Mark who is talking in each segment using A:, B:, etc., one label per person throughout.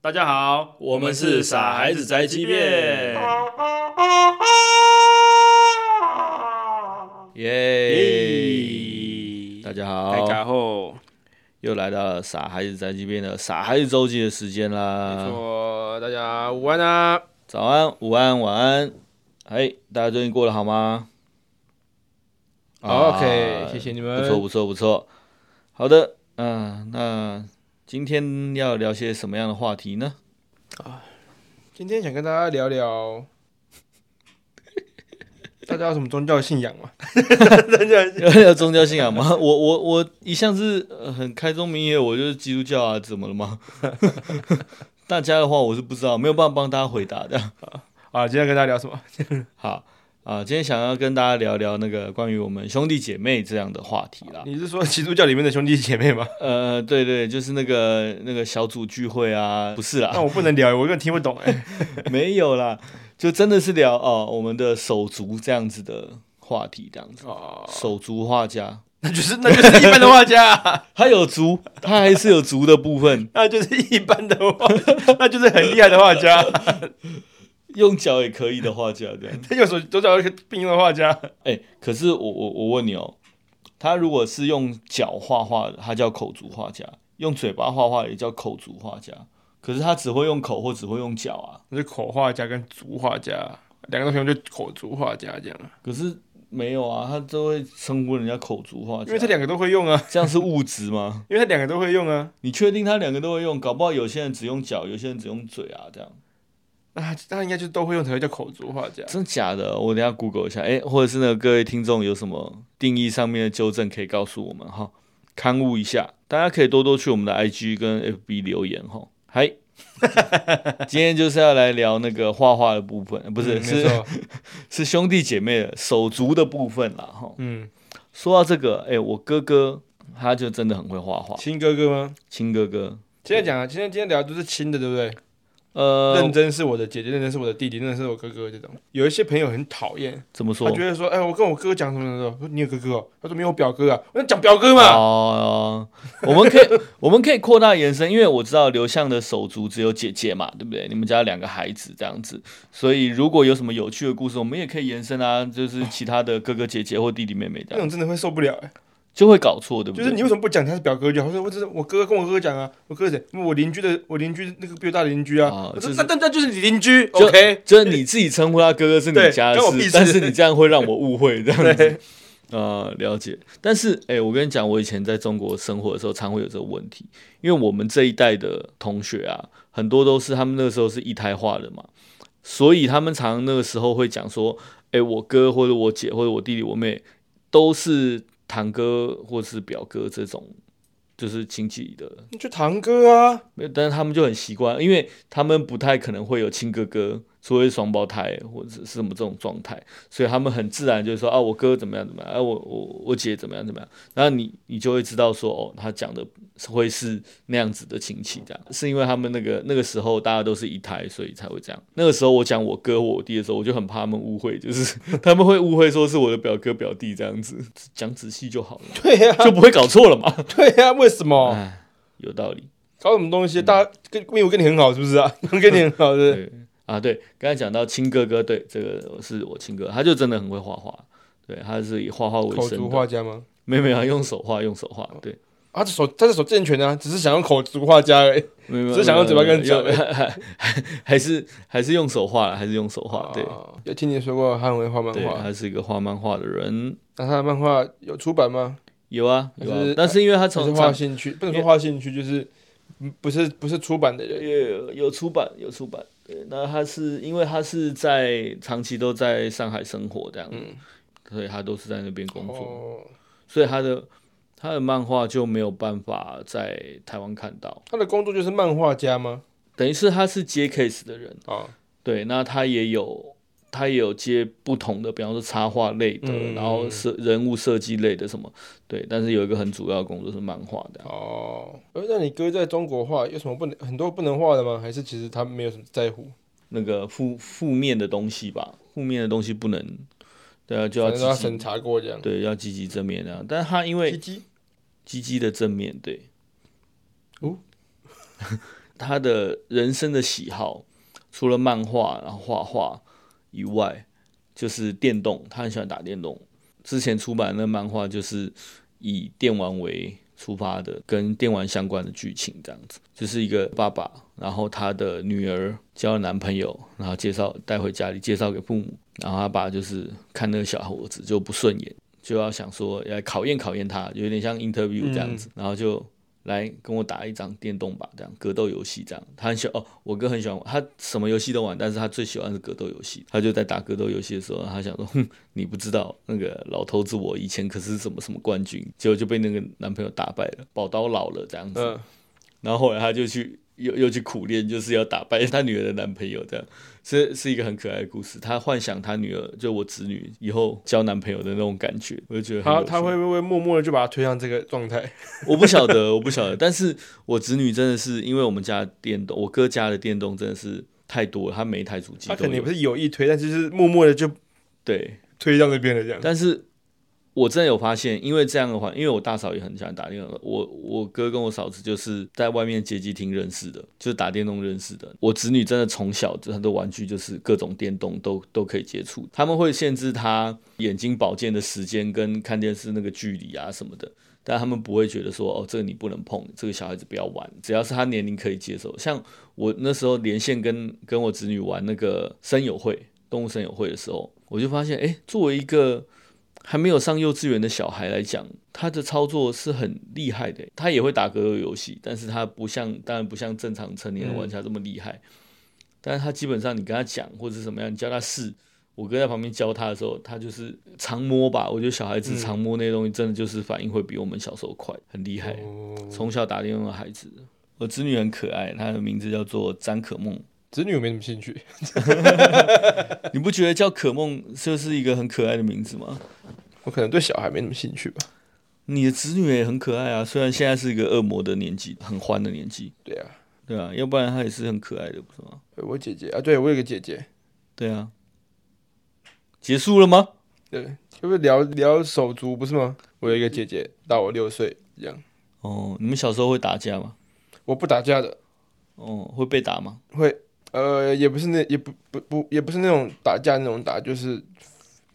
A: 大家好，
B: 我们是傻孩子宅急便耶！
A: 耶
B: 大家好，
A: 大家好，
B: 又来到了傻孩子宅急便的傻孩子周记的时间
A: 没
B: 啦。
A: 错，大家午安啊！
B: 早安、午安、晚安，哎，大家最近过得好吗、
A: 好
B: 啊
A: OK，谢谢你们
B: 不错不错不错。好的，嗯、那今天要聊些什么样的话题呢？
A: 今天想跟大家聊 聊，大家有什么宗教信仰 吗？
B: 有宗教信仰吗？ 我我我一向是呃很开宗明义，我就是基督教啊，怎么了吗？ 大家的话我是不知道，没有办法帮大家回答的。
A: 啊，今天跟大家聊什么？
B: 好啊、今天想要跟大家聊聊那个关于我们兄弟姐妹这样的话题啦。
A: 你是说基督教里面的兄弟姐妹吗？
B: 呃，对对，就是那个那个小组聚会啊，不是啦，
A: 那我不能聊，我根本听不懂哎。
B: 没有啦，就真的是聊哦、我们的手足这样子的话题，这样子，
A: 哦，
B: 手足画家，
A: 那就是那就是一般的画家 啊，
B: 他有足，他还是有足的部分，
A: 那就是一般的画， 那就是很厉害的画 家，
B: 用脚也可以的画家这样。
A: 他有手手脚并用的画家。
B: 哎、可是我我我问你哦，他如果是用脚画画的，他叫口足画家；用嘴巴画画也叫口足画家。可是他只会用口或只会用脚啊。
A: 是口画家跟足画家，两个东西我就口足画家这样啊，
B: 可是没有啊，他都会称呼人家口足画
A: 因为他
B: 家。
A: 两个都会用啊，
B: 这样是物质吗？
A: 因为他两个都会用啊，
B: 你确定他两个都会用？搞不好有些人只用脚，有些人只用嘴啊，这样
A: 那他他应该就都会用啊才会叫口足画家。
B: 真假的？我等一下 Google 一下，哎、或者是呢，各位听众有什么定义上面的纠正可以告诉我们哈，刊物一下，大家可以多多去我们的 IG 跟 FB 留言哈。嗨， 今天就是要来聊那个画画的部分，呃不
A: 嗯
B: 是、
A: 没
B: 是
A: 错，
B: 是兄弟姐妹的手足的部分啦哈。
A: 嗯，
B: 说到这个，哎、我哥哥他就真的很会画画，
A: 亲哥哥吗？
B: 亲哥哥，
A: 今天讲啊，今天今天聊的都是亲的，对不对？认
B: 呃，
A: 真是我的姐姐，认真是我的弟弟，认真是我哥哥这种。有一些朋友很讨厌，
B: 怎么说
A: 他？觉得说，哎，我跟我哥哥讲什么什么，我说你有哥哥、哦？他说没有我表哥啊，我说讲表哥嘛。
B: 哦，我们可以 我们可以扩大延伸，因为我知道刘向的手足只有姐姐嘛，对不对？你们家有两个孩子这样子，所以如果有什么有趣的故事，我们也可以延伸啊，就是其他的哥哥姐姐或弟弟妹妹这
A: 那
B: 样，
A: 种真的会受不了、哎
B: 就会搞错，对不
A: 就
B: 对？
A: 是你为什么不讲他是表哥就好？我说我只是我哥哥跟我哥哥讲啊，我哥哥谁？我邻居的，我邻居那个比我大的邻居啊。
B: 哦
A: 我
B: 就
A: 说
B: 是
A: 那那那就是你邻居
B: 就
A: ，OK？
B: 就是你自己称呼他哥哥是你
A: 对
B: 家的
A: 关我屁
B: 事
A: 事，
B: 但是你这样会让我误会这样
A: 对
B: 子。呃，了解。但是，哎、我跟你讲，我以前在中国生活的时候，常会有这个问题，因为我们这一代的同学啊，很多都是他们那个时候是一胎化的嘛，所以他们常那个时候会讲说，哎、我哥或者我姐或者我弟弟我妹都是堂哥或是表哥这种，就是亲戚的
A: 那就堂哥啊，
B: 没有，但是他们就很习惯，因为他们不太可能会有亲哥哥，除非是双胞胎或者是什么这种状态，所以他们很自然就说啊，我哥怎么样怎么样，啊，我我我姐怎么样怎么样，然后你你就会知道说哦，他讲的会是那样子的亲戚这样，是因为他们那个那个时候大家都是一胎，所以才会这样。那个时候我讲我哥我弟的时候，我就很怕他们误会，就是 他们会误会说是我的表哥表弟这样子，讲仔细就好了，
A: 对哦呀、
B: 就不会搞错了嘛。
A: 对呀、为什么？
B: 哎，有道理。
A: 搞什么东西？大家跟因为我跟你很好，是不是啊？
B: 嗯
A: 跟你很好，是不是？
B: 对啊，对，刚才讲到亲哥哥，对，这个是我亲哥，他就真的很会画画，对，他是以画画为
A: 口
B: 生
A: 足
B: 的，
A: 画家吗？
B: 没有没有，他用手画，用手画，对，
A: 啊，这手他是手健全的、啊，只是想用口足画家而已。
B: 没有，没有
A: 只是想用嘴巴跟脚
B: 没有没有还还还是还是用手画了，还是用手画，哦对
A: 啊，有听你说过他很会画漫
B: 对，
A: 画，
B: 他是一个画漫画的人，
A: 那他的漫画有出版吗？
B: 有啊有
A: 还
B: 啊
A: 是，
B: 但是因为他
A: 还是
B: 从
A: 画
B: 从
A: 兴趣，不能说画兴趣，就是嗯不是不是出版的人。
B: 有有出版有出版，对，那他是因为他是在长期都在上海生活这样子，所以他都是在那边工作，
A: 嗯哦，
B: 所以他的他的漫画就没有办法在台湾看到，
A: 他的工作就是漫画家吗？
B: 等于是他是接 case 的人，
A: 啊，
B: 对，那他也有他也有接不同的，比方说插画类的，
A: 嗯
B: 然后设人物设计类的什么，对，但是有一个很主要的工作是漫画的，
A: 哦，呃，那你哥在中国画有什么不能很多不能画的吗？还是其实他没有什么在乎，
B: 那个负负面的东西吧，负面的东西不能，对啊，就要
A: 反正都
B: 积
A: 要
B: 极，
A: 审查过这样。
B: 对，要积极正面啊，但是他因为
A: 鸡鸡
B: 积极的正面对。
A: 哦，
B: 他的人生的喜好，除了漫画然后画画以外，就是电动，他很喜欢打电动。之前出版的漫画就是以电玩为出发的，跟电玩相关的剧情这样子，就是一个爸爸，然后他的女儿交了男朋友，然后介绍带回家里介绍给父母，然后他爸就是看那个小伙子就不顺眼，就要想说来考验考验他，有点像 interview 这样子，然后就来跟我打一张电动吧，这样格斗游戏这样。他很喜欢哦，我哥很喜欢玩，他什么游戏都玩，但是他最喜欢是格斗游戏。他就在打格斗游戏的时候，他想说，哼，你不知道那个老头子我以前可是什么什么冠军，结果就被那个男朋友打败了，宝刀老了这样子。
A: 嗯，
B: 然后后来他就去 又又去苦练，就是要打败他女儿的男朋友，这样是是一个很可爱的故事。他幻想他女儿就我侄女以后交男朋友的那种感觉，我就觉得很
A: 他
B: 有
A: 他
B: 趣
A: 会不会默默的就把他推向这个状态？
B: 我不晓得，我不晓得， 但是我侄女真的是因为我们家的电动，我哥家的电动真的是太多了，他每一台主机
A: 他
B: 都
A: 肯定
B: 有
A: 不。是有意推，但就是默默的就
B: 对，
A: 推到那边了这样。
B: 但是我真的有发现，因为这样的话，因为我大嫂也很喜欢打电动，我我哥跟我嫂子就是在外面街机厅认识的，就是打电动认识的。我侄女真的从小她的玩具就是各种电动都都可以接触，他们会限制她眼睛保健的时间跟看电视那个距离啊什么的。但他们不会觉得说哦，这个你不能碰，这个小孩子不要玩。只要是他年龄可以接受，像我那时候连线跟跟我侄女玩那个生友会动物生友会的时候，我就发现，哎，作为一个还没有上幼稚园的小孩来讲，他的操作是很厉害的。他也会打格斗游戏，但是他不像，当然不像正常成年的玩家这么厉害。但是他基本上你跟他讲或者是怎么样，你教他试。我哥在旁边教他的时候，他就是常摸吧。我觉得小孩子常摸那些东西，真的就是反应会比我们小时候快，很厉害。
A: 哦
B: 从小打电动的孩子，我侄女很可爱，她的名字叫做詹可梦。
A: 子女我没什么兴趣，
B: 你不觉得叫可梦就是一个很可爱的名字吗？
A: 我可能对小孩没什么兴趣吧。
B: 你的侄女也很可爱啊，虽然现在是一个恶魔的年纪，很欢的年纪，
A: 对啊，
B: 对啊，要不然她也是很可爱的，不是吗？
A: 我姐姐啊，对我有个姐姐，
B: 对啊，结束了吗？
A: 对，就是聊聊手足不是吗？我有一个姐姐，大我六岁，这样
B: 哦，你们小时候会打架吗？
A: 我不打架的，
B: 哦，会被打吗？
A: 会呃也不是那也不不不也不是那种打架那种打，就是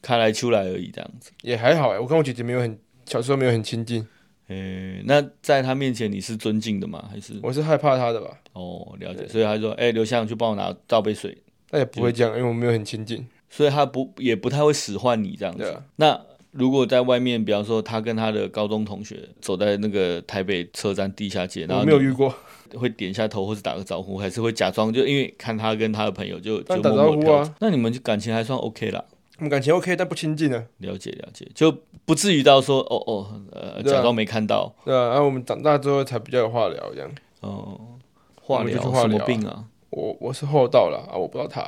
B: 开来出来而已，这样子。
A: 也还好哎、我跟我姐姐没有很小时候没有很亲近，
B: 诶，那在他面前你是尊敬的吗？还是
A: 我是害怕她的吧，
B: 哦，了解。所以他说，哎，刘翔，去帮我拿倒杯水。
A: 但也不会这样，因为我没有很亲近。
B: 所以他不也不太会使唤你这样子。
A: 对啊
B: 那如果在外面，比方说他跟他的高中同学走在那个台北车站地下街，然
A: 我
B: 后
A: 没有遇过，
B: 会点一下头，或是打个招呼，还是会假装就因为看他跟他的朋友就
A: 当
B: 就
A: 然打
B: 默默
A: 招呼
B: 飘
A: 啊
B: 走。那你们就感情还算 OK 啦，
A: 我们感情 OK，但不亲近啊。
B: 了解了解，就不至于到说哦哦呃
A: 对啊
B: 假装没看到
A: 对啊，然、后我们长大之后才比较有话聊这样。
B: 哦。化
A: 我们就
B: 疗
A: 去化
B: 什么
A: 疗啊
B: 病啊？
A: 我我是厚道了啊，我不知道他。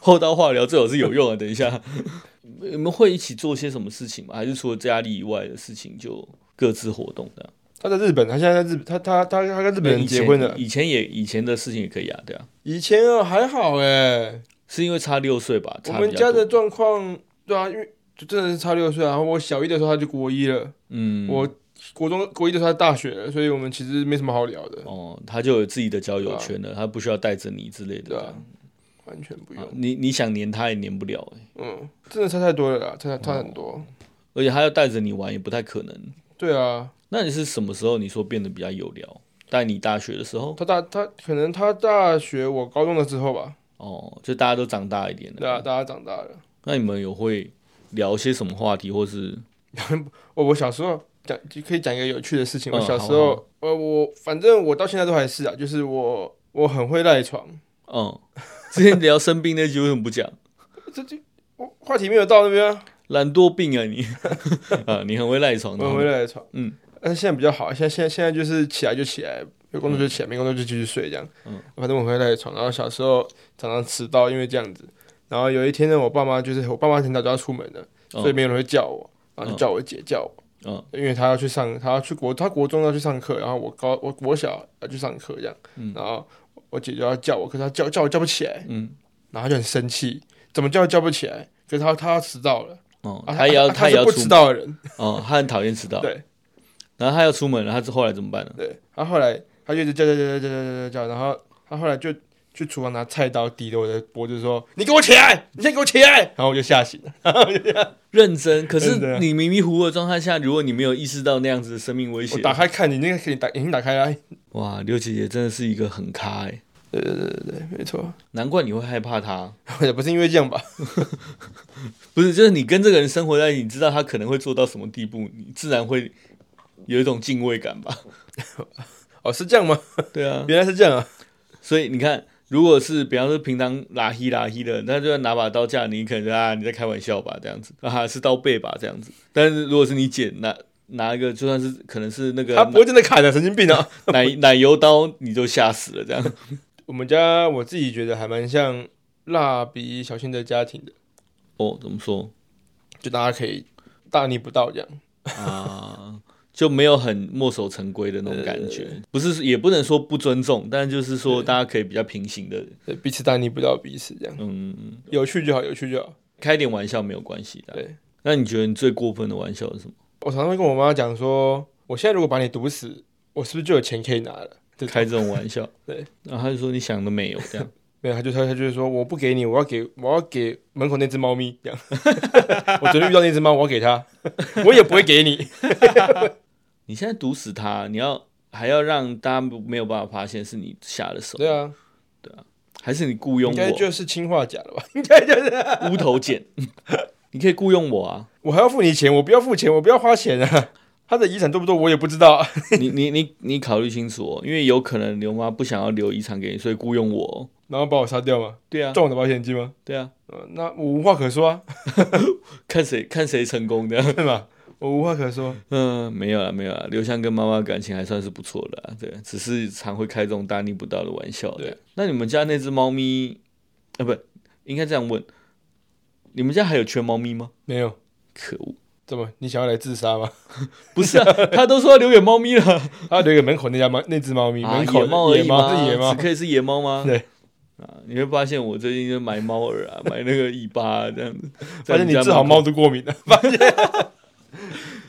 B: 后到化疗最好是有用啊。等一下， 你们会一起做些什么事情吗？还是除了家里以外的事情就各自活动的？
A: 他在日本，他现在在日，他他他他跟日本人
B: 以前
A: 结婚了。
B: 以前也以前的事情也可以啊，对啊，
A: 以前啊还好哎，
B: 是因为差六岁吧？
A: 我
B: 差比
A: 们
B: 较
A: 家
B: 多
A: 的状况，对啊，因为就真的是差六岁啊。然后我小一的时候他就国一了，
B: 嗯，
A: 我国中国一的时候他大学了，所以我们其实没什么好聊的，
B: 哦，他就有自己的交友圈了，他不需要带着你之类的这
A: 啊对
B: 样。
A: 啊，完全不
B: 啊
A: 用。
B: 你你想黏他也黏不了、欸，
A: 嗯，真的差太多了啦，差差很多。
B: 而且他要带着你玩也不太可能。
A: 对啊，
B: 那你是什么时候你说变得比较有聊？在你大学的时候
A: 他大他可能他大学我高中的时候吧，
B: 哦，就大家都长大一点了。
A: 对啊，大家长大了。
B: 那你们有会聊些什么话题，或是
A: 哦我我小时候讲就可以讲一个有趣的事情。
B: 嗯
A: 我小时
B: 好啊好
A: 候，呃，我反正我到现在都还是啊，就是我我很会赖床。
B: 嗯， 之前聊生病那集为什么不讲？
A: 这这我话题没有到那边啊，
B: 懒惰病啊你 啊，你很会赖床
A: 我
B: 的。
A: 很会赖床。
B: 嗯，
A: 但是现在比较好，现在现在现在就是起来就起来，有工作就起来，没工作就继续睡这样。
B: 嗯，
A: 反正我很会赖床。然后小时候常常迟到，因为这样子。然后有一天呢，我爸妈就是我爸妈很早就要出门了，
B: 嗯
A: 所以没有人会叫我，然后就
B: 嗯
A: 叫我姐叫我。
B: 嗯
A: 因为他要去上，他要去国，他国中要去上课，然后我高我国小要去上课这样，然后我姐就要叫我，可是她叫叫我叫不起来，
B: 嗯
A: 然后她就很生气，怎么叫都叫不起来，可是她她要迟到了，
B: 哦，
A: 啊
B: 他也要
A: 啊她
B: 也要
A: 是不
B: 出
A: 迟到的人，
B: 哦，他很讨厌迟到。
A: 对。
B: 然后他要出门了，他后来怎么办呢？
A: 对，然后后来她就一直叫叫叫叫叫叫叫叫，然后他后来就去厨房拿菜刀抵着我的脖子说：“你给我起来，你先给我起来。”然后我就吓醒了。
B: 认真。可是
A: 认真啊
B: 你迷迷糊糊的状态下，如果你没有意识到那样子的生命危
A: 我
B: 险，
A: 打开看你那个你打眼睛打开哎来，
B: 哇，刘姐姐真的是一个很咖哎、
A: 对对对对对，没错，
B: 难怪你会害怕她。
A: 也不是因为这样吧？
B: 不是，就是你跟这个人生活在一起，你知道他可能会做到什么地步，你自然会有一种敬畏感吧？
A: 哦，是这样吗？
B: 对啊，
A: 原来是这样啊！
B: 所以你看，如果是比方说平常拉稀拉稀的，那就要拿把刀架你，可能就啊你在开玩笑吧这样子，啊是刀背吧这样子。但是如果是你姐拿拿一个，就算是可能是那个
A: 他不会真的砍的，神经病啊！
B: 奶奶奶油刀，你就吓死了这样。
A: 我们家我自己觉得还蛮像蜡笔小新的家庭的，
B: 哦，怎么说
A: 就大家可以大逆不道这样。
B: 啊？就没有很墨守成规的那种感觉，不是也不能说不尊重，但就是说大家可以比较平行的，
A: 对，彼此大逆不道彼此这样，
B: 嗯，嗯
A: 有趣就好，有趣就好。
B: 开点玩笑没有关系的。
A: 对，
B: 那你觉得你最过分的玩笑是什么？
A: 我常常会跟我妈讲说，我现在如果把你毒死，我是不是就有钱可以拿了？对
B: 开这种玩笑，
A: 对，
B: 然后他就说你想的没有这样，
A: 没有，她就她她就会说，我不给你，我要给我要给门口那只猫咪这样。我昨天遇到那只猫，我要给它，我也不会给你。
B: 你现在毒死他，你要还要让大家没有办法发现是你下的手，
A: 对啊，
B: 还是你雇佣
A: 应该
B: 我
A: 就是氰化钾了吧？
B: 乌头碱？ 你可以雇佣我啊，
A: 我还要付你钱，我不要付钱，我不要花钱啊。他的遗产多不多我也不知道啊。
B: 你你你你考虑清楚哦，因为有可能刘妈不想要留遗产给你，所以雇佣我、哦。
A: 然后把我杀掉吗？
B: 对啊，
A: 中我的保险金吗？
B: 对啊，
A: 呃，那我无话可说啊，
B: 看谁看谁成功的。
A: 对吧？我无话可说。
B: 嗯，没有了，没有了。刘翔跟妈妈感情还算是不错的、啊，对，只是常会开这种大逆不道的玩笑。
A: 对，
B: 那你们家那只猫咪，啊，不应该这样问，你们家还有缺猫咪吗？
A: 没有，
B: 可恶，
A: 怎么你想要来自杀吗？
B: 不是啊，他都说要留给猫咪了，
A: 他留给门口那家猫，那只猫咪，
B: 啊
A: 门口
B: 野
A: 的
B: 猫而
A: 野
B: 已
A: 猫是野
B: 嘛，
A: 猫
B: 只，可以是野猫吗？
A: 对。
B: 啊，你会发现我最近就买猫耳啊，买那个尾巴、啊、这样子，
A: 发现你
B: 在
A: 治
B: 家
A: 好
B: 门口
A: 猫都过敏了，发现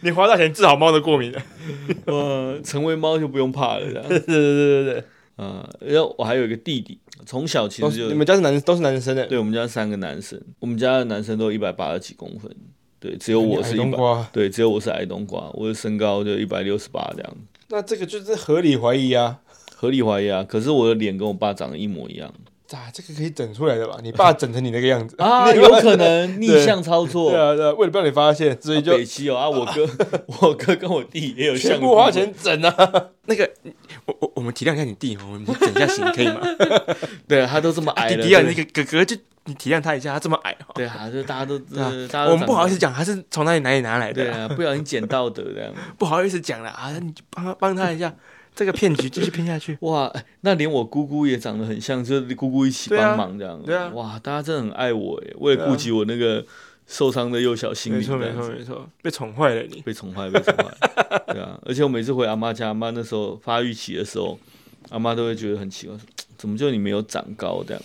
A: 你花大钱治好猫都过敏了。
B: 呃，成为猫就不用怕了这样。
A: 对对对对
B: 啊，然后我还有一个弟弟，从小其
A: 都
B: 实
A: 哦是
B: 就
A: 你们家是男都是男生的，
B: 对我们家三个男生，我们家的男生都一百八十几公分，对，只有我是
A: 矮
B: 一
A: 哎冬
B: 百，
A: 瓜。
B: 对，只有我是矮冬瓜，我的身高就一百六十八这样，
A: 那这个就是合理怀疑啊，
B: 合理怀疑啊。可是我的脸跟我爸长得一模一样
A: 咋这个可以整出来的吧？你爸整成你那个样子
B: 啊，
A: 你
B: 有
A: 爸
B: 可能逆
A: 对
B: 向操作
A: 对。啊对啊，为了不让你发现，所以
B: 啊
A: 就
B: 北七哦啊，我 哥，我哥跟我弟也有像的
A: 全
B: 部
A: 部
B: 分
A: 花，钱整啊。 那个，我我我们体谅一下你弟哦，我们整一下行可 以吗？
B: 对啊他都这么矮了，对
A: 个哥哥就你体谅他一下，他这么矮，哦
B: 对啊，就大家都，
A: 啊
B: 呃大家都长得
A: 讲他是从哪里哪里拿来
B: 对啊，不小心捡到的这样。
A: 不好意思讲了啊，你就帮他帮他一下，这个骗局继续骗下 去。
B: 哇，哎那连我姑姑也长得很像，就是姑姑一起
A: 对啊
B: 帮忙这样。
A: 对啊
B: 哇，大家真的很爱我哎，为了
A: 对
B: 顾
A: 啊
B: 及我那个受伤的幼小心灵，
A: 没错没
B: 这样
A: 错
B: 子
A: 没错，被宠坏了你。
B: 被宠坏，被宠坏。对啊，而且我每次回阿妈家，阿妈那时候发育期的时候，阿妈都会觉得很奇怪，说怎么就你没有长高这样？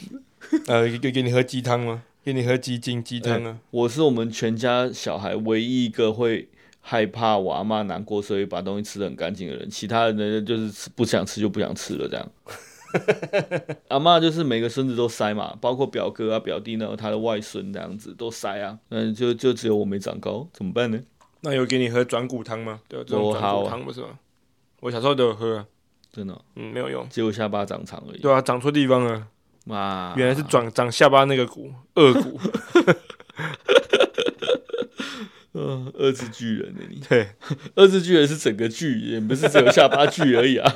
A: 呃，给给你喝鸡汤吗？给你喝鸡精鸡汤啊？
B: 我是我们全家小孩唯一一个会害怕我阿妈难过，所以把东西吃的很干净的人。其他的人就是吃不想吃就不想吃了这 样。阿妈就是每个孙子都塞嘛，包括表哥啊、表弟呢，他的外孙这样子都塞啊。嗯，就就只有我没长高，怎么办呢？
A: 那有给你喝转骨汤吗？对啊，这种
B: 有
A: 转
B: 好
A: 骨汤不是吗？我小时候都有喝啊，
B: 真的哦、
A: 嗯，没有 用。
B: 只有下巴长长而已。
A: 对啊，长错地方了，
B: 哇，
A: 原来是长长下巴那个骨，颚骨。
B: 呃二字巨人呢、你
A: 对，
B: 二字巨人是整个巨人，不是只有下巴巨而已啊。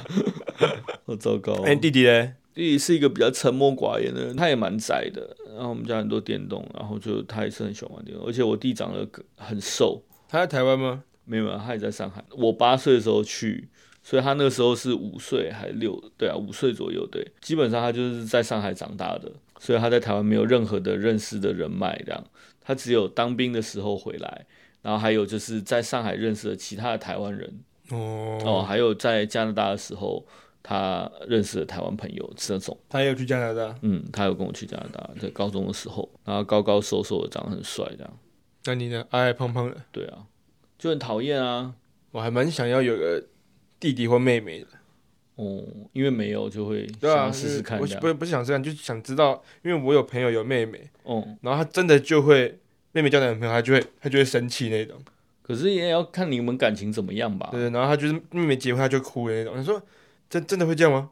B: 好糟糕、哦！
A: 哎，弟弟嘞？
B: 弟弟是一个比较沉默寡言的人，他也蛮宅的。然后我们家很多电动，然后就他也是很喜欢玩电动。而且我弟长得很瘦，
A: 他在台湾吗？
B: 没有，没有他也在上海。我八岁的时候去，所以他那个时候是五岁还六，对啊，五岁左右，对。基本上他就是在上海长大的，所以他在台湾没有任何的认识的人脉，这样。他只有当兵的时候回来，然后还有就是在上海认识的其他的台湾人，哦，
A: 哦，
B: 还有在加拿大的时候。他认识的台湾朋友这种，
A: 他也有去加拿大。
B: 嗯，他有跟我去加拿大，在高中的时候，然后高高瘦瘦的，长得很帅，这样，
A: 那你呢？矮矮胖胖的。
B: 对啊，就很讨厌啊。
A: 我还蛮想要有个弟弟或妹妹的，
B: 哦，因为没有就会
A: 对
B: 想
A: 啊，
B: 要试试看
A: 我
B: 这样。
A: 不不是想试看，就是想知道，因为我有朋友有妹妹，
B: 哦，
A: 然后她真的就会妹妹交男朋友，她就会她就会生气那种，
B: 可是也要看你们感情怎么样吧。
A: 对，然后她就是妹妹结婚她就哭的那种。你说真真的会这样吗？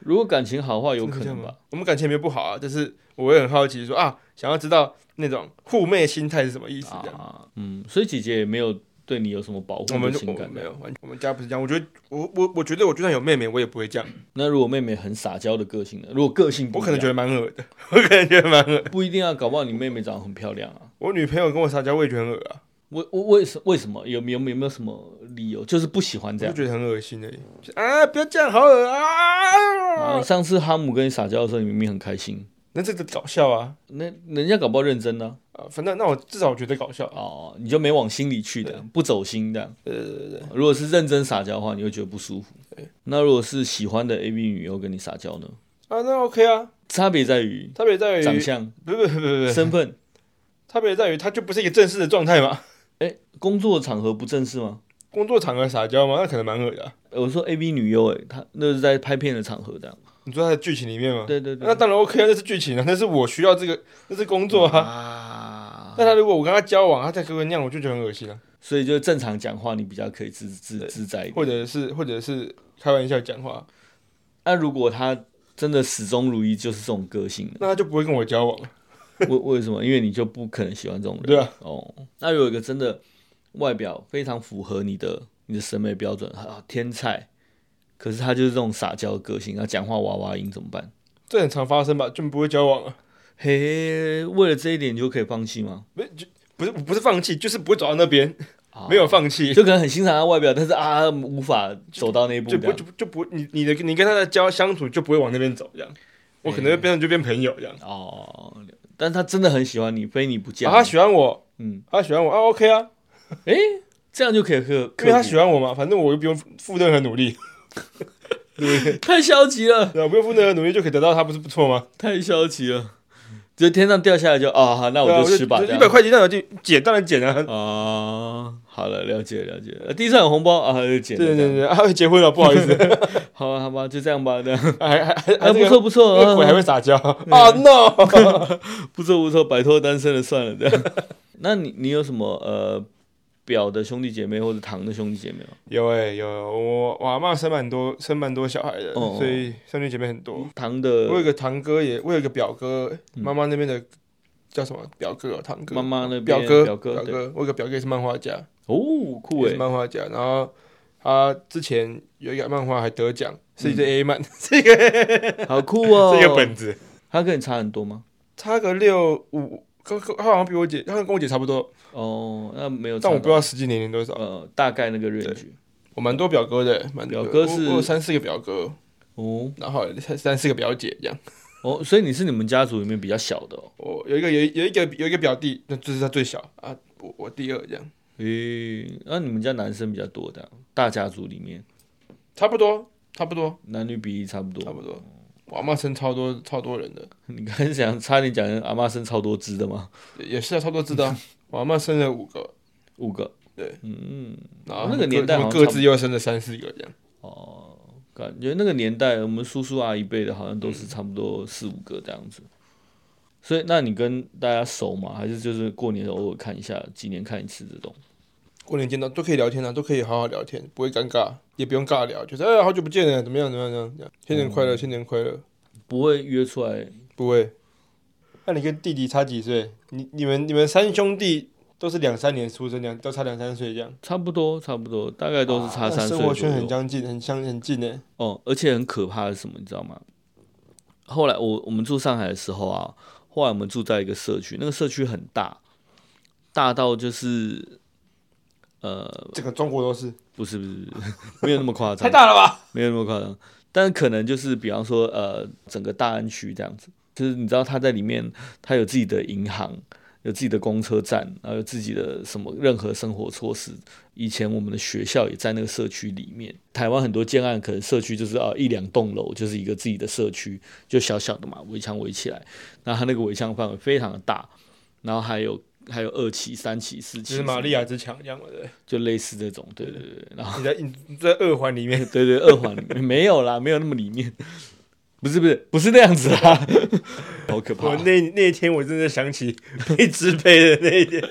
B: 如果感情好的话，有
A: 真的
B: 可
A: 会这
B: 能
A: 样吗
B: 吧。？
A: 我们感情也没有不好啊，但是我会很好奇说啊，想要知道那种护妹心态是什么意思这样。
B: 啊，嗯，所以姐姐也没有对你有什么保护
A: 我们
B: 的
A: 就
B: 情
A: 我
B: 感
A: 没。有，完我们家不是这样。我觉得我我我觉得我就算有妹妹，我也不会这样。
B: 那如果妹妹很撒娇的个性呢？如果个性不
A: 我
B: 一
A: 可能
B: 样
A: 觉得蛮恶的，我可能觉得蛮恶。
B: 不一定要，搞不好你妹妹长得很漂亮啊。
A: 我女朋友跟我撒娇，我也觉得很恶啊，
B: 为为为什为什么有没有有没有什么理由？就是不喜欢
A: 我
B: 这
A: 就
B: 样。
A: 觉得很恶心而已。啊，不要这样，好恶啊！
B: 啊，上次哈姆跟你撒娇的时候，你明明很开心，
A: 那这个搞笑啊
B: 那人家搞不好认真呢、
A: 啊，反正那我至少我觉得搞笑啊。
B: 哦，你就没往心里去的，不走心的。
A: 对对对对，
B: 如果是认真撒娇的话，你会觉得不舒服。那如果是喜欢的 A B 女优跟你撒娇呢？
A: 啊，那 OK 啊，
B: 差别在于
A: 差别在于
B: 长相、
A: 不不不不不，
B: 身份。
A: 差别在于他就不是一个正式的状态嘛。
B: 哎，工作场合不正式吗？
A: 工作场合撒娇吗？那可能蛮恶的啊、
B: 呃我说 A B 女优，哎，她那是在拍片的场合这样。
A: 你说他的剧情里面吗？
B: 对对对
A: 那当然 OK 啊，那是剧情啊，那是我需要这个，那是工作
B: 嗯
A: 啊。
B: 啊，
A: 但他如果我跟他交往，他再跟我那样，我就觉得很恶心啊。
B: 所以就正常讲话，你比较可以自自自在一点。
A: 或者是或者是开玩笑讲话，
B: 那如果她真的始终如一，就是这种个性的，
A: 那他就不会跟我交往了。
B: 为为什么？因为你就不可能喜欢这种人。
A: 对啊，
B: 哦，那有一个真的外表非常符合你的你的审美标准啊，天才，可是他就是这种撒娇的个性，他讲话娃娃音怎么办？
A: 这很常发生吧，就不会交往了。
B: 嘿，为了这一点你就可以放弃吗？
A: 不是就不是不是放弃，就是不会走到那边，
B: 啊
A: 没有放弃，
B: 就可能很欣赏他的外表，但是啊，无法走到那一步
A: 就
B: 这
A: 不
B: 样。
A: 就不就不你你的你跟他的交相处就不会往那边走这样。我可能会变成就变朋友这样。
B: 哦，但是他真的很喜欢你，非你不嫁。
A: 啊，他喜欢我，
B: 嗯，
A: 他喜欢我啊，OK 啊，
B: 哎，这样就可以克
A: 因为
B: 克
A: 他
B: 服，
A: 喜欢我嘛，反正我又不用付任何努力，
B: 太消极了，
A: 对吧？不用付任何努力就可以得到他，不是不错吗？
B: 太消极了，就天上掉下来就啊，好那
A: 对啊
B: 我就吃吧，这
A: 一
B: 样
A: 百块钱让我就捡，当然捡啊。
B: 啊，好了，了解了解。呃地上有红包啊，就捡
A: 对
B: 了
A: 对
B: 这样。
A: 对，啊，结婚了，不好意 思，
B: 好啊吧，好吧，就这样吧。这样，
A: 还还还还
B: 哎，不错 不错，
A: 那个鬼还
B: 啊
A: 会撒娇啊？No，
B: 不错不错，摆脱单身了算了。这样， 那你你有什么呃表的兄弟姐妹或者堂的兄弟姐妹吗？
A: 有哎有，我我阿妈生蛮多生蛮多小孩的，
B: 哦呃
A: 所以兄弟姐妹很多。
B: 堂
A: 我有
B: 的
A: 个堂哥也，我有个表哥，妈妈那边的叫什么表哥哦，堂哥。
B: 嗯妈妈那边
A: 表哥，
B: 表哥对
A: 哥，我有个表哥也是漫画家，
B: 哦，酷
A: 也
B: 诶
A: 是，漫画家。然后他之前有一个漫画还得奖，是一只 A 漫， 是一个
B: 好酷嗯哦。
A: 是一个本子，
B: 他跟你差很多吗？
A: 差个六五，刚刚他好像比我姐，他跟我姐差不多，
B: 哦，那没有差
A: 但
B: 到，
A: 我不知道实际年龄多少。
B: 呃大概那个 range
A: 我蛮多表哥的，蛮多
B: 表哥是
A: 我我有三四个表哥，
B: 哦
A: 然后三三四个表姐这样。
B: 哦，所以你是你们家族里面比较小的哦。
A: 我有一个有一有一个有一个表弟，那就是他最小啊，我我第二这样，
B: 诶，那你们家男生比较多的，大家族里面
A: 差不多差不多
B: 男女比例差不多
A: 差。不多。我阿妈生超多超多人的，
B: 你刚才想差点讲阿妈生超多只的吗？
A: 也也是啊，超多知道。 我阿妈生了五个，
B: 五个，
A: 对，
B: 嗯，
A: 然后
B: 那个年代
A: 他
B: 好
A: 们
B: 像
A: 各
B: 差不
A: 自又生了三四个这样。
B: 感觉那个年代我们叔叔阿姨辈的，好像都是差不多四五个这样子。所以，那你跟大家熟吗？还是就是过年偶尔看一下，几年看一次这种？
A: 过年见到都可以聊天啊，都可以好好聊天，不会尴尬，也不用尬聊，就是哎好久不见了，怎么样怎么样怎么样这样，新年
B: 嗯
A: 快乐，新年快乐，
B: 不会约出来？
A: 不会。那你跟弟弟差几岁？你你们你们三兄弟都是两三年出生，两都差两三岁这样，
B: 差不多，差不多，大概都是差
A: 啊
B: 三岁
A: 生
B: 左
A: 活圈很
B: 右。
A: 相近，很相很近呢。
B: 哦，而且很可怕的是什么，你知道吗？后来我我们住上海的时候啊，后来我们住在一个社区，那个社区很大，大到就是，呃，
A: 这个中国都是
B: 不是不是，不是 没有那么夸张，
A: 大了吧？
B: 没有那么夸张，但可能就是比方说，呃，整个大安区这样子，就是你知道他在里面，他有自己的银行，有自己的公车站，然后有自己的什么任何生活措施。以前我们的学校也在那个社区里面，台湾很多建案可能社区就是啊一两栋楼就是一个自己的社区，就小小的嘛，围墙围起来，那他那个围墙范围非常的大，然后还有还有二期、三期、四期
A: 就
B: 什
A: 是
B: 么，
A: 玛利亚之墙一样嘛，对不对？
B: 就类似这种，对对对，对然后
A: 你在你 你在二环里面，
B: 对对二环里面没有啦，没有那么里面，不是不是不是那样子啦，好可怕
A: 我，那那一天我真的想起 被支配的那一天，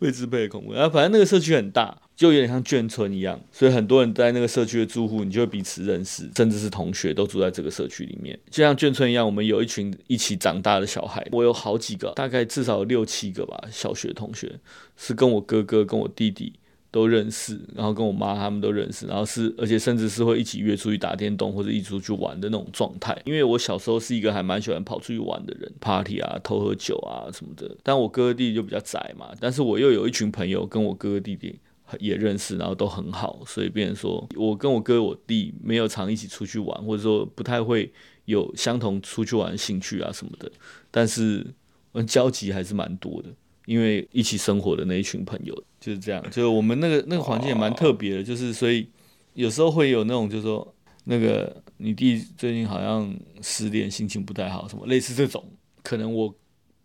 B: 未支配的恐怖。然后反正那个社区很大，就有点像眷村一样，所以很多人在那个社区的住户，你就会彼此认识，甚至是同学都住在这个社区里面。就像眷村一样，我们有一群一起长大的小孩，我有好几个，大概至少有六七个吧，小学同学是跟我哥哥、跟我弟弟。都认识，然后跟我妈他们都认识，然后是而且甚至是会一起约出去打电动或者一起出去玩的那种状态。因为我小时候是一个还蛮喜欢跑出去玩的人，party 啊、偷喝酒啊什么的。但我哥哥弟弟就比较宅嘛，但是我又有一群朋友跟我哥哥弟弟。也认识，然后都很好，所以变成说我跟我哥我弟没有常一起出去玩，或者说不太会有相同出去玩的兴趣啊什么的，但是我们交集还是蛮多的。因为一起生活的那一群朋友就是这样，就是我们那个那个环境也蛮特别的，就是所以有时候会有那种就是说那个你弟最近好像失恋，心情不太好，什么类似这种，可能我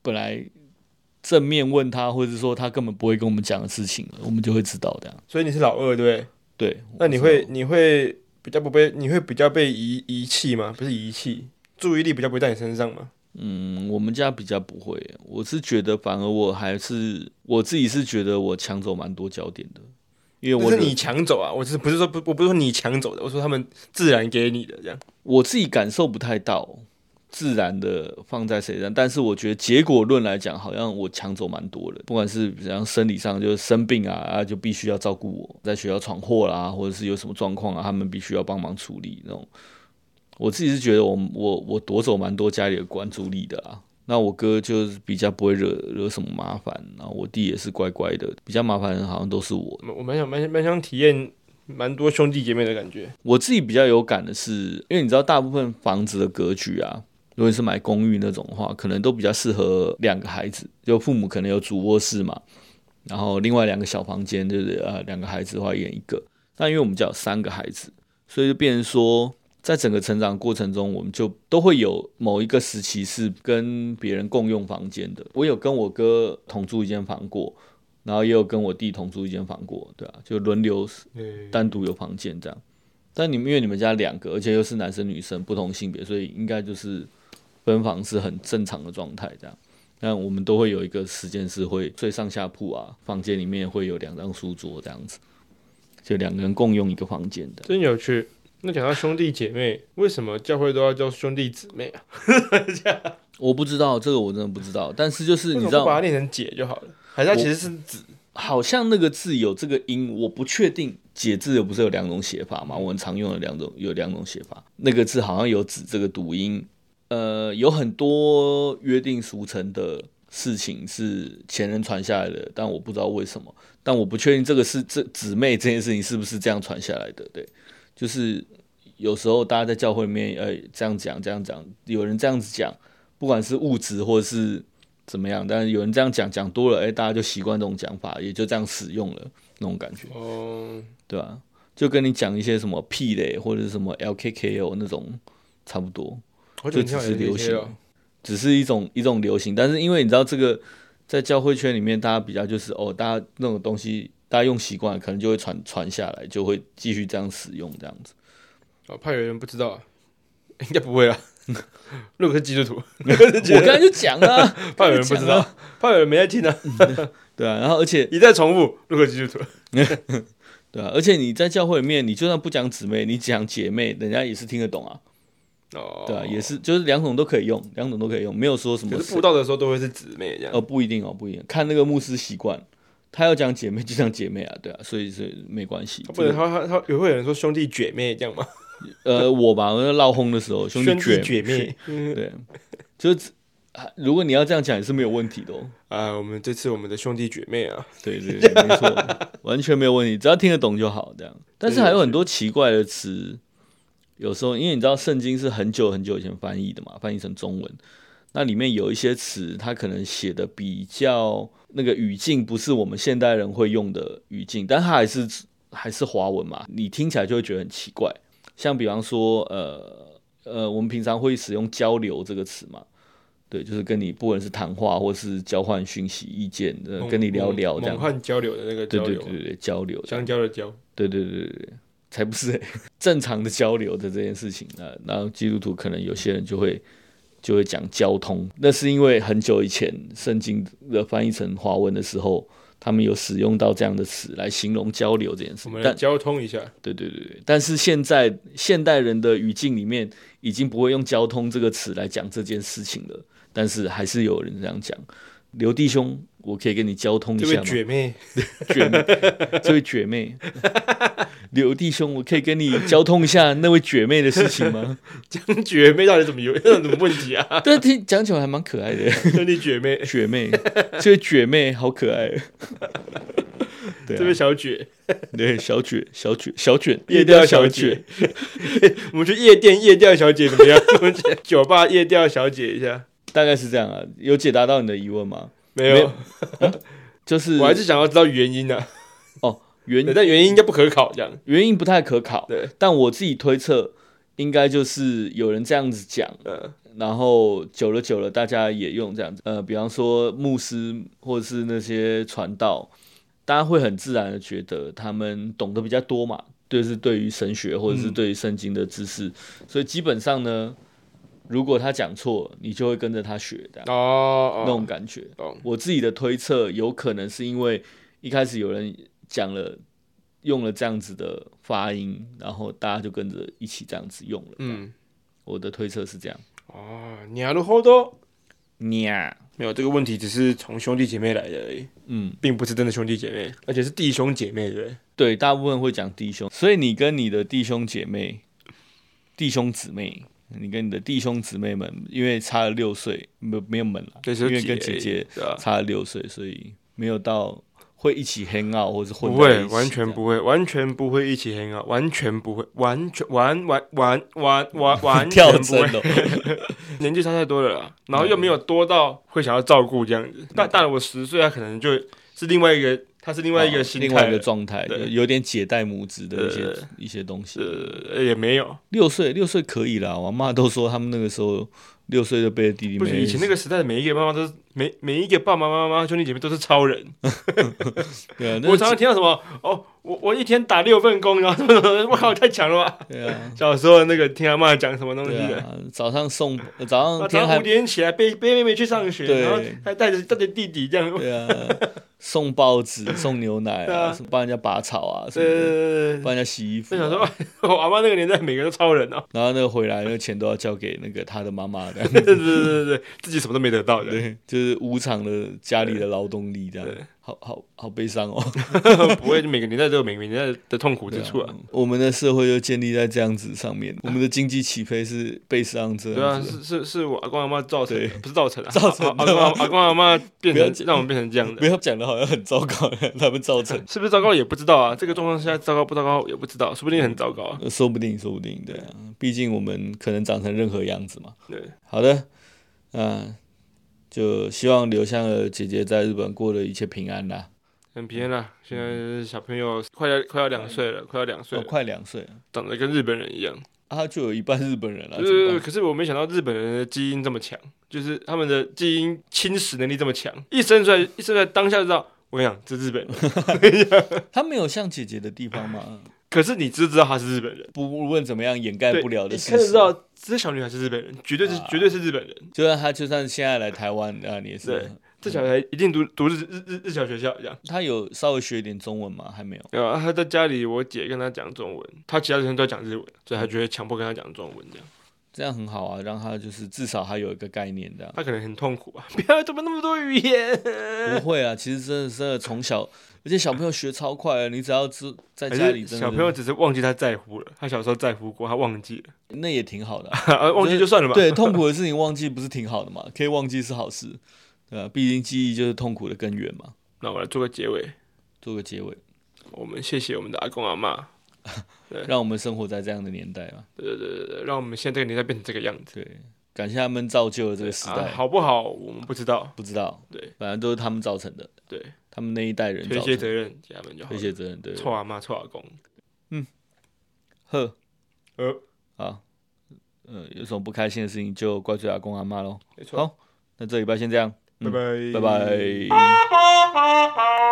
B: 本来正面问他，或者是说他根本不会跟我们讲的事情，我们就会知道这样。
A: 所以你是老二，对不对？
B: 对，
A: 那你
B: 我知道
A: 会你会比较不被你会比较被遗遗弃吗？不是遗弃，注意力比较不会在你身上吗？
B: 嗯，我们家比较不会，我是觉得反而我还是我自己是觉得我抢走蛮多焦点的，因为
A: 不
B: 我
A: 是
B: 惹
A: 你抢走啊，我是不是说不我不是说你抢走的，我说他们自然给你的这样。
B: 我自己感受不太到自然的放在谁身上，但是我觉得结果论来讲，好像我抢走蛮多的，不管是比方生理上就是生病啊啊，就必须要照顾我，在学校闯祸啦，或者是有什么状况啊，他们必须要帮忙处理那种。我自己是觉得我我我夺走蛮多家里的关注力的啊。那我哥就是比较不会惹惹什么麻烦，然后我弟也是乖乖的，比较麻烦的好像都是我。
A: 我我蛮想蛮想蛮想体验蛮多兄弟姐妹的感觉。
B: 我自己比较有感的是，因为你知道大部分房子的格局啊，如果你是买公寓那种的话，可能都比较适合两个孩子，就父母可能有主卧室嘛，然后另外两个小房间，就是呃两个孩子的话，一人一个。那因为我们家有三个孩子，所以就变成说，在整个成长过程中，我们就都会有某一个时期是跟别人共用房间的。我有跟我哥同住一间房过，然后也有跟我弟同住一间房过，对啊，就轮流
A: 对，
B: 单独有房间这样。但你们因为你们家两个，而且又是男生女生不同性别，所以应该就是分房是很正常的状态这样。但我们都会有一个时间是会睡上下铺啊，房间里面会有两张书桌这样子，就两个人共用一个房间的。
A: 真有趣。那讲到兄弟姐妹，为什么教会都要叫兄弟姊妹啊？
B: 我不知道这个我真的不知道，但是就是
A: 为
B: 你
A: 什么
B: 知
A: 不把它
B: 道，
A: 念成姐就好了？还是它其实是子？
B: 好像那个字有这个音，我不确定。解字不是有两种写法吗？我们常用的两种有两种写法，那个字好像有“子”这个读音，呃，有很多约定俗成的事情是前人传下来的，但我不知道为什么，但我不确定这个是这姊妹这件事情是不是这样传下来的。对，就是有时候大家在教会里面，呃，这样讲这样讲，有人这样子讲，不管是物质或是怎么样，但是有人这样讲讲多了，哎，大家就习惯这种讲法，也就这样使用了那种感觉。
A: 哦，
B: 对吧、就跟你讲一些什么屁嘞，或者是什么 LKKO 那种差不多，
A: 好久
B: 就
A: 没听
B: 只
A: 到
B: 是流
A: LKK
B: 行
A: 了。，
B: 只是一种一种流行。但是因为你知道这个在教会圈里面，大家比较就是哦，大家那种东西大家用习惯了，可能就会传传下来，就会继续这样使用这样子。
A: 哦，怕有人不知道啊， 应该不会 啦。如果是基督徒，
B: 我刚才就讲了、啊，
A: 怕有人不知道， 怕有人没在听 啊，
B: 对啊，然后而且
A: 一再重复。如果是基督徒，
B: 对啊，而且你在教会里面，你就算不讲姊妹，你讲姐妹，人家也是听得懂啊，
A: 哦，
B: 对啊，也是就是两种都可以用，两种都可以用，没有说什么
A: 可是布道的时候都会是姊妹这样。
B: 呃，不一定哦，不一定，看那个牧师习惯，他要讲姐妹就讲姐妹啊，对啊，所以所以没关系。
A: 哦不
B: 这
A: 能，
B: 个
A: 他他他也会有人说兄弟姐妹这样吗？
B: 呃，我吧，我在闹轰的时候，兄弟
A: 弟
B: 姐
A: 姐妹
B: 对，就是啊如果你要这样讲也是没有问题的哦。
A: 啊，我们这次我们的兄弟姐妹啊，
B: 对对对，没错，完全没有问题，只要听得懂就好。这样，但是还有很多奇怪的词，有时候因为你知道圣经是很久很久以前翻译的嘛，翻译成中文，那里面有一些词，它可能写的比较那个语境不是我们现代人会用的语境，但它还是还是华文嘛，你听起来就会觉得很奇怪。像比方说，呃呃，我们平常会使用“交流”这个词嘛，对，就是跟你不管是谈话或是交换讯息、意见，呃
A: 猛
B: 跟你聊聊这
A: 猛
B: 样。
A: 汉交流的那个
B: 对
A: 交
B: 对
A: 流，
B: 对对，交流，
A: 相交的交，
B: 对对对对，对才不是、欸、正常的交流的这件事情啊。那然后基督徒可能有些人就会就会讲交通，那是因为很久以前圣经的翻译成华文的时候，他们有使用到这样的词来形容交流这件事
A: 我。们来
B: 但
A: 交通一下，
B: 对对对对，但是现在现代人的语境里面，已经不会用交通这个词来讲这件事情了。但是还是有人这样讲，刘弟兄，我可以跟你交通一
A: 这
B: 下
A: 位
B: 吗？
A: 姐妹，
B: 姐妹，这位姐妹，刘弟兄，我可以跟你交通一下那位姐妹的事情 吗？
A: 讲姐妹到底怎么有 有什么问题啊？
B: 但听讲起来还蛮可爱的，
A: 兄弟姐妹，
B: 姐妹，这位姐妹好可爱。哦对、
A: 这位
B: 啊，
A: 小姐，
B: 对小卷小卷小卷
A: 夜
B: 调
A: 钓小
B: 卷
A: 姐， 我们去夜店夜钓小姐怎么样？ 我们去酒吧夜钓小姐一下，
B: 大概是这样啊。有解答到你的疑问吗？
A: 没
B: 没
A: 有
B: 有，就是
A: 我还是想要知道原因啊，
B: 原
A: 对但原因应该不可考，这样
B: 原因不太可考，
A: 对，
B: 但我自己推测，应该就是有人这样子讲，
A: 嗯，
B: 然后久了久了，大家也用这样子，呃，比方说牧师或者是那些传道，大家会很自然的觉得他们懂得比较多嘛，就是对于神学或者
A: 嗯
B: 是对于圣经的知识，所以基本上呢，如果他讲错，你就会跟着他学这样、
A: 哦
B: 那
A: 哦，
B: 种感觉。
A: 懂，
B: 我自己的推测，有可能是因为一开始有人讲了。用了这样子的发音，然后大家就跟着一起这样子用了。
A: 嗯，
B: 我的推测是这样。
A: 哦，你还能好多。
B: 呀，
A: 没有这个问题，只是从兄弟姐妹来的而已，
B: 嗯，
A: 并不是真的兄弟姐妹，而且是弟兄姐妹，对不对？
B: 对，大部分会讲弟兄，所以你跟你的弟兄姐妹、弟兄姊妹，你跟你的弟兄姊妹们，因为差了六岁，没有没有门了，
A: 对
B: 因为跟姐姐
A: 对啊，
B: 差了六岁，所以没有到会一起 hang out 或是混
A: 不
B: 在
A: 会，
B: 一起
A: 完全
B: 这样。
A: 不会，完全不会一起 hang out，完全不会，完全完完完完完 完
B: 跳
A: 全不
B: 针哦
A: 会，
B: 了，
A: 年纪差太多了啦，然后
B: 嗯
A: 又没有多到会想要照顾这样子。大大了我十岁，他可能就是另外一个，他是另外一个心态
B: 哦另
A: 了，
B: 外一个状态，
A: 对
B: 有有点解带母子的一
A: 对
B: 些
A: 对
B: 一些东西。
A: 呃也没有，
B: 六岁，六岁可以啦，我妈都说他们那个时候六岁就被弟弟
A: 不
B: 妹
A: 是
B: 妹
A: 以前那个时代，每一个妈妈都是每每一个爸爸妈妈兄弟姐妹都是超人。
B: 对啊，那
A: 我常常听到什么哦，我我一天打六份工，然后什么什么，我靠，太强了吧！
B: 对啊，
A: 小时候那个听阿妈讲什么东西
B: 对
A: 的，
B: 啊，早上送呃早
A: 啊
B: 上
A: 早
B: 天
A: 上
B: 还
A: 五点起来背背妹妹去上学，
B: 对
A: 然后还带着带着弟弟这样，
B: 对啊，送报纸、送牛奶
A: 对
B: 啊，
A: 啊
B: 什么帮人家拔草啊，什么的，
A: 呃，
B: 帮人家洗衣服
A: 就
B: 啊、
A: 想说 我阿妈那个年代每个都超人 哦，
B: 然后那个回来，那个钱都要交给那个他的妈妈 的，
A: 对对对对对，自己什么都没得到的，
B: 对，就是无偿的家里的劳动力这
A: 对
B: 样，好好好悲伤哦。
A: 不会，每个年代都有每个年代的痛苦之处啊，
B: 嗯我们的社会就建立在这样子上面，我们的经济起飞是悲伤这
A: 对啊，
B: 样子的。
A: 是是是我阿公阿妈造成的，
B: 对
A: 不是造成啊，
B: 造成
A: 阿阿公阿阿公阿妈变
B: 不要
A: 成让我们变成这样的
B: 不。要讲的好像很糟糕，他们造成，
A: 是不是糟糕也不知道啊，这个状况下糟糕不糟糕也不知道，说不定很糟糕啊。
B: 呃说不定，说不定，对啊，毕竟我们可能长成任何样子嘛。
A: 对，
B: 好的，嗯，就希望留香儿姐姐在日本过得一切平安啦。
A: 很平安啦。现在小朋友快要快要两岁了，快要两岁
B: 哦，
A: 了，
B: 快两岁了，
A: 长得跟日本人一样。
B: 啊，她就有一半日本人了，怎
A: 就是，
B: 么办？
A: 呃可是我没想到日本人的基因这么强，就是他们的基因侵蚀能力这么强，一生出来一生出来当下就知道，我跟你讲，这日 本人。
B: 她没有像姐姐的地方嘛，
A: 可是你知不知道他是日本人？
B: 不不论怎么样掩盖
A: 对
B: 哎不了的
A: 你
B: 事
A: 看就
B: 实
A: 知。道这小女孩是日本人，绝对是
B: 啊
A: 绝对是日本人。
B: 就算她就算现在来台湾啊，你也是
A: 对。这小孩一定读读日日日日小学校一样。
B: 她有稍微学一点中文吗？还没有。
A: 对啊，他在家里，我姐跟他讲中文，他其他学生都讲日文，所以他就会强迫跟他讲中文这样。
B: 这样很好啊，让她就是至少还有一个概念这样。
A: 他可能很痛苦吧？不 要怎么那么多语言？呃
B: 不会啊，其实真的真的从小，而且小朋友学超快啊的，你只要知在
A: 还
B: 家里
A: 是
B: 真的
A: 小朋友只是忘记他在乎了，他小时候在乎过，他忘记 了，
B: 那也挺好的啊、
A: 啊、 忘记就算了吧。
B: 对，痛苦的事情忘记不是挺好的嘛？可以忘记是好事，对吧、毕竟记忆就是痛苦的根源嘛。
A: 那我来做个结尾，
B: 做个结尾，
A: 我们谢谢我们的阿公阿妈，
B: 让我们生活在这样的年代嘛。
A: 对对对对，呃让我们现在这个年代变成这个样子。
B: 对，感谢他们造就了这个时代。
A: 啊好不好？我们不知道，
B: 不知道，
A: 对
B: 反正都是他们造成的，
A: 对，
B: 他们那一代人
A: 推
B: 造
A: 卸
B: 成的
A: 责任给他们就好
B: 推
A: 了。
B: 卸责任。对，
A: 错阿妈，错阿公，
B: 呵，
A: 呃，
B: 好，呃，有什么不开心的事情就怪罪阿公阿妈喽。
A: 没错。
B: 好，那这礼拜先这样，
C: 拜拜
B: 拜拜。
A: Bye.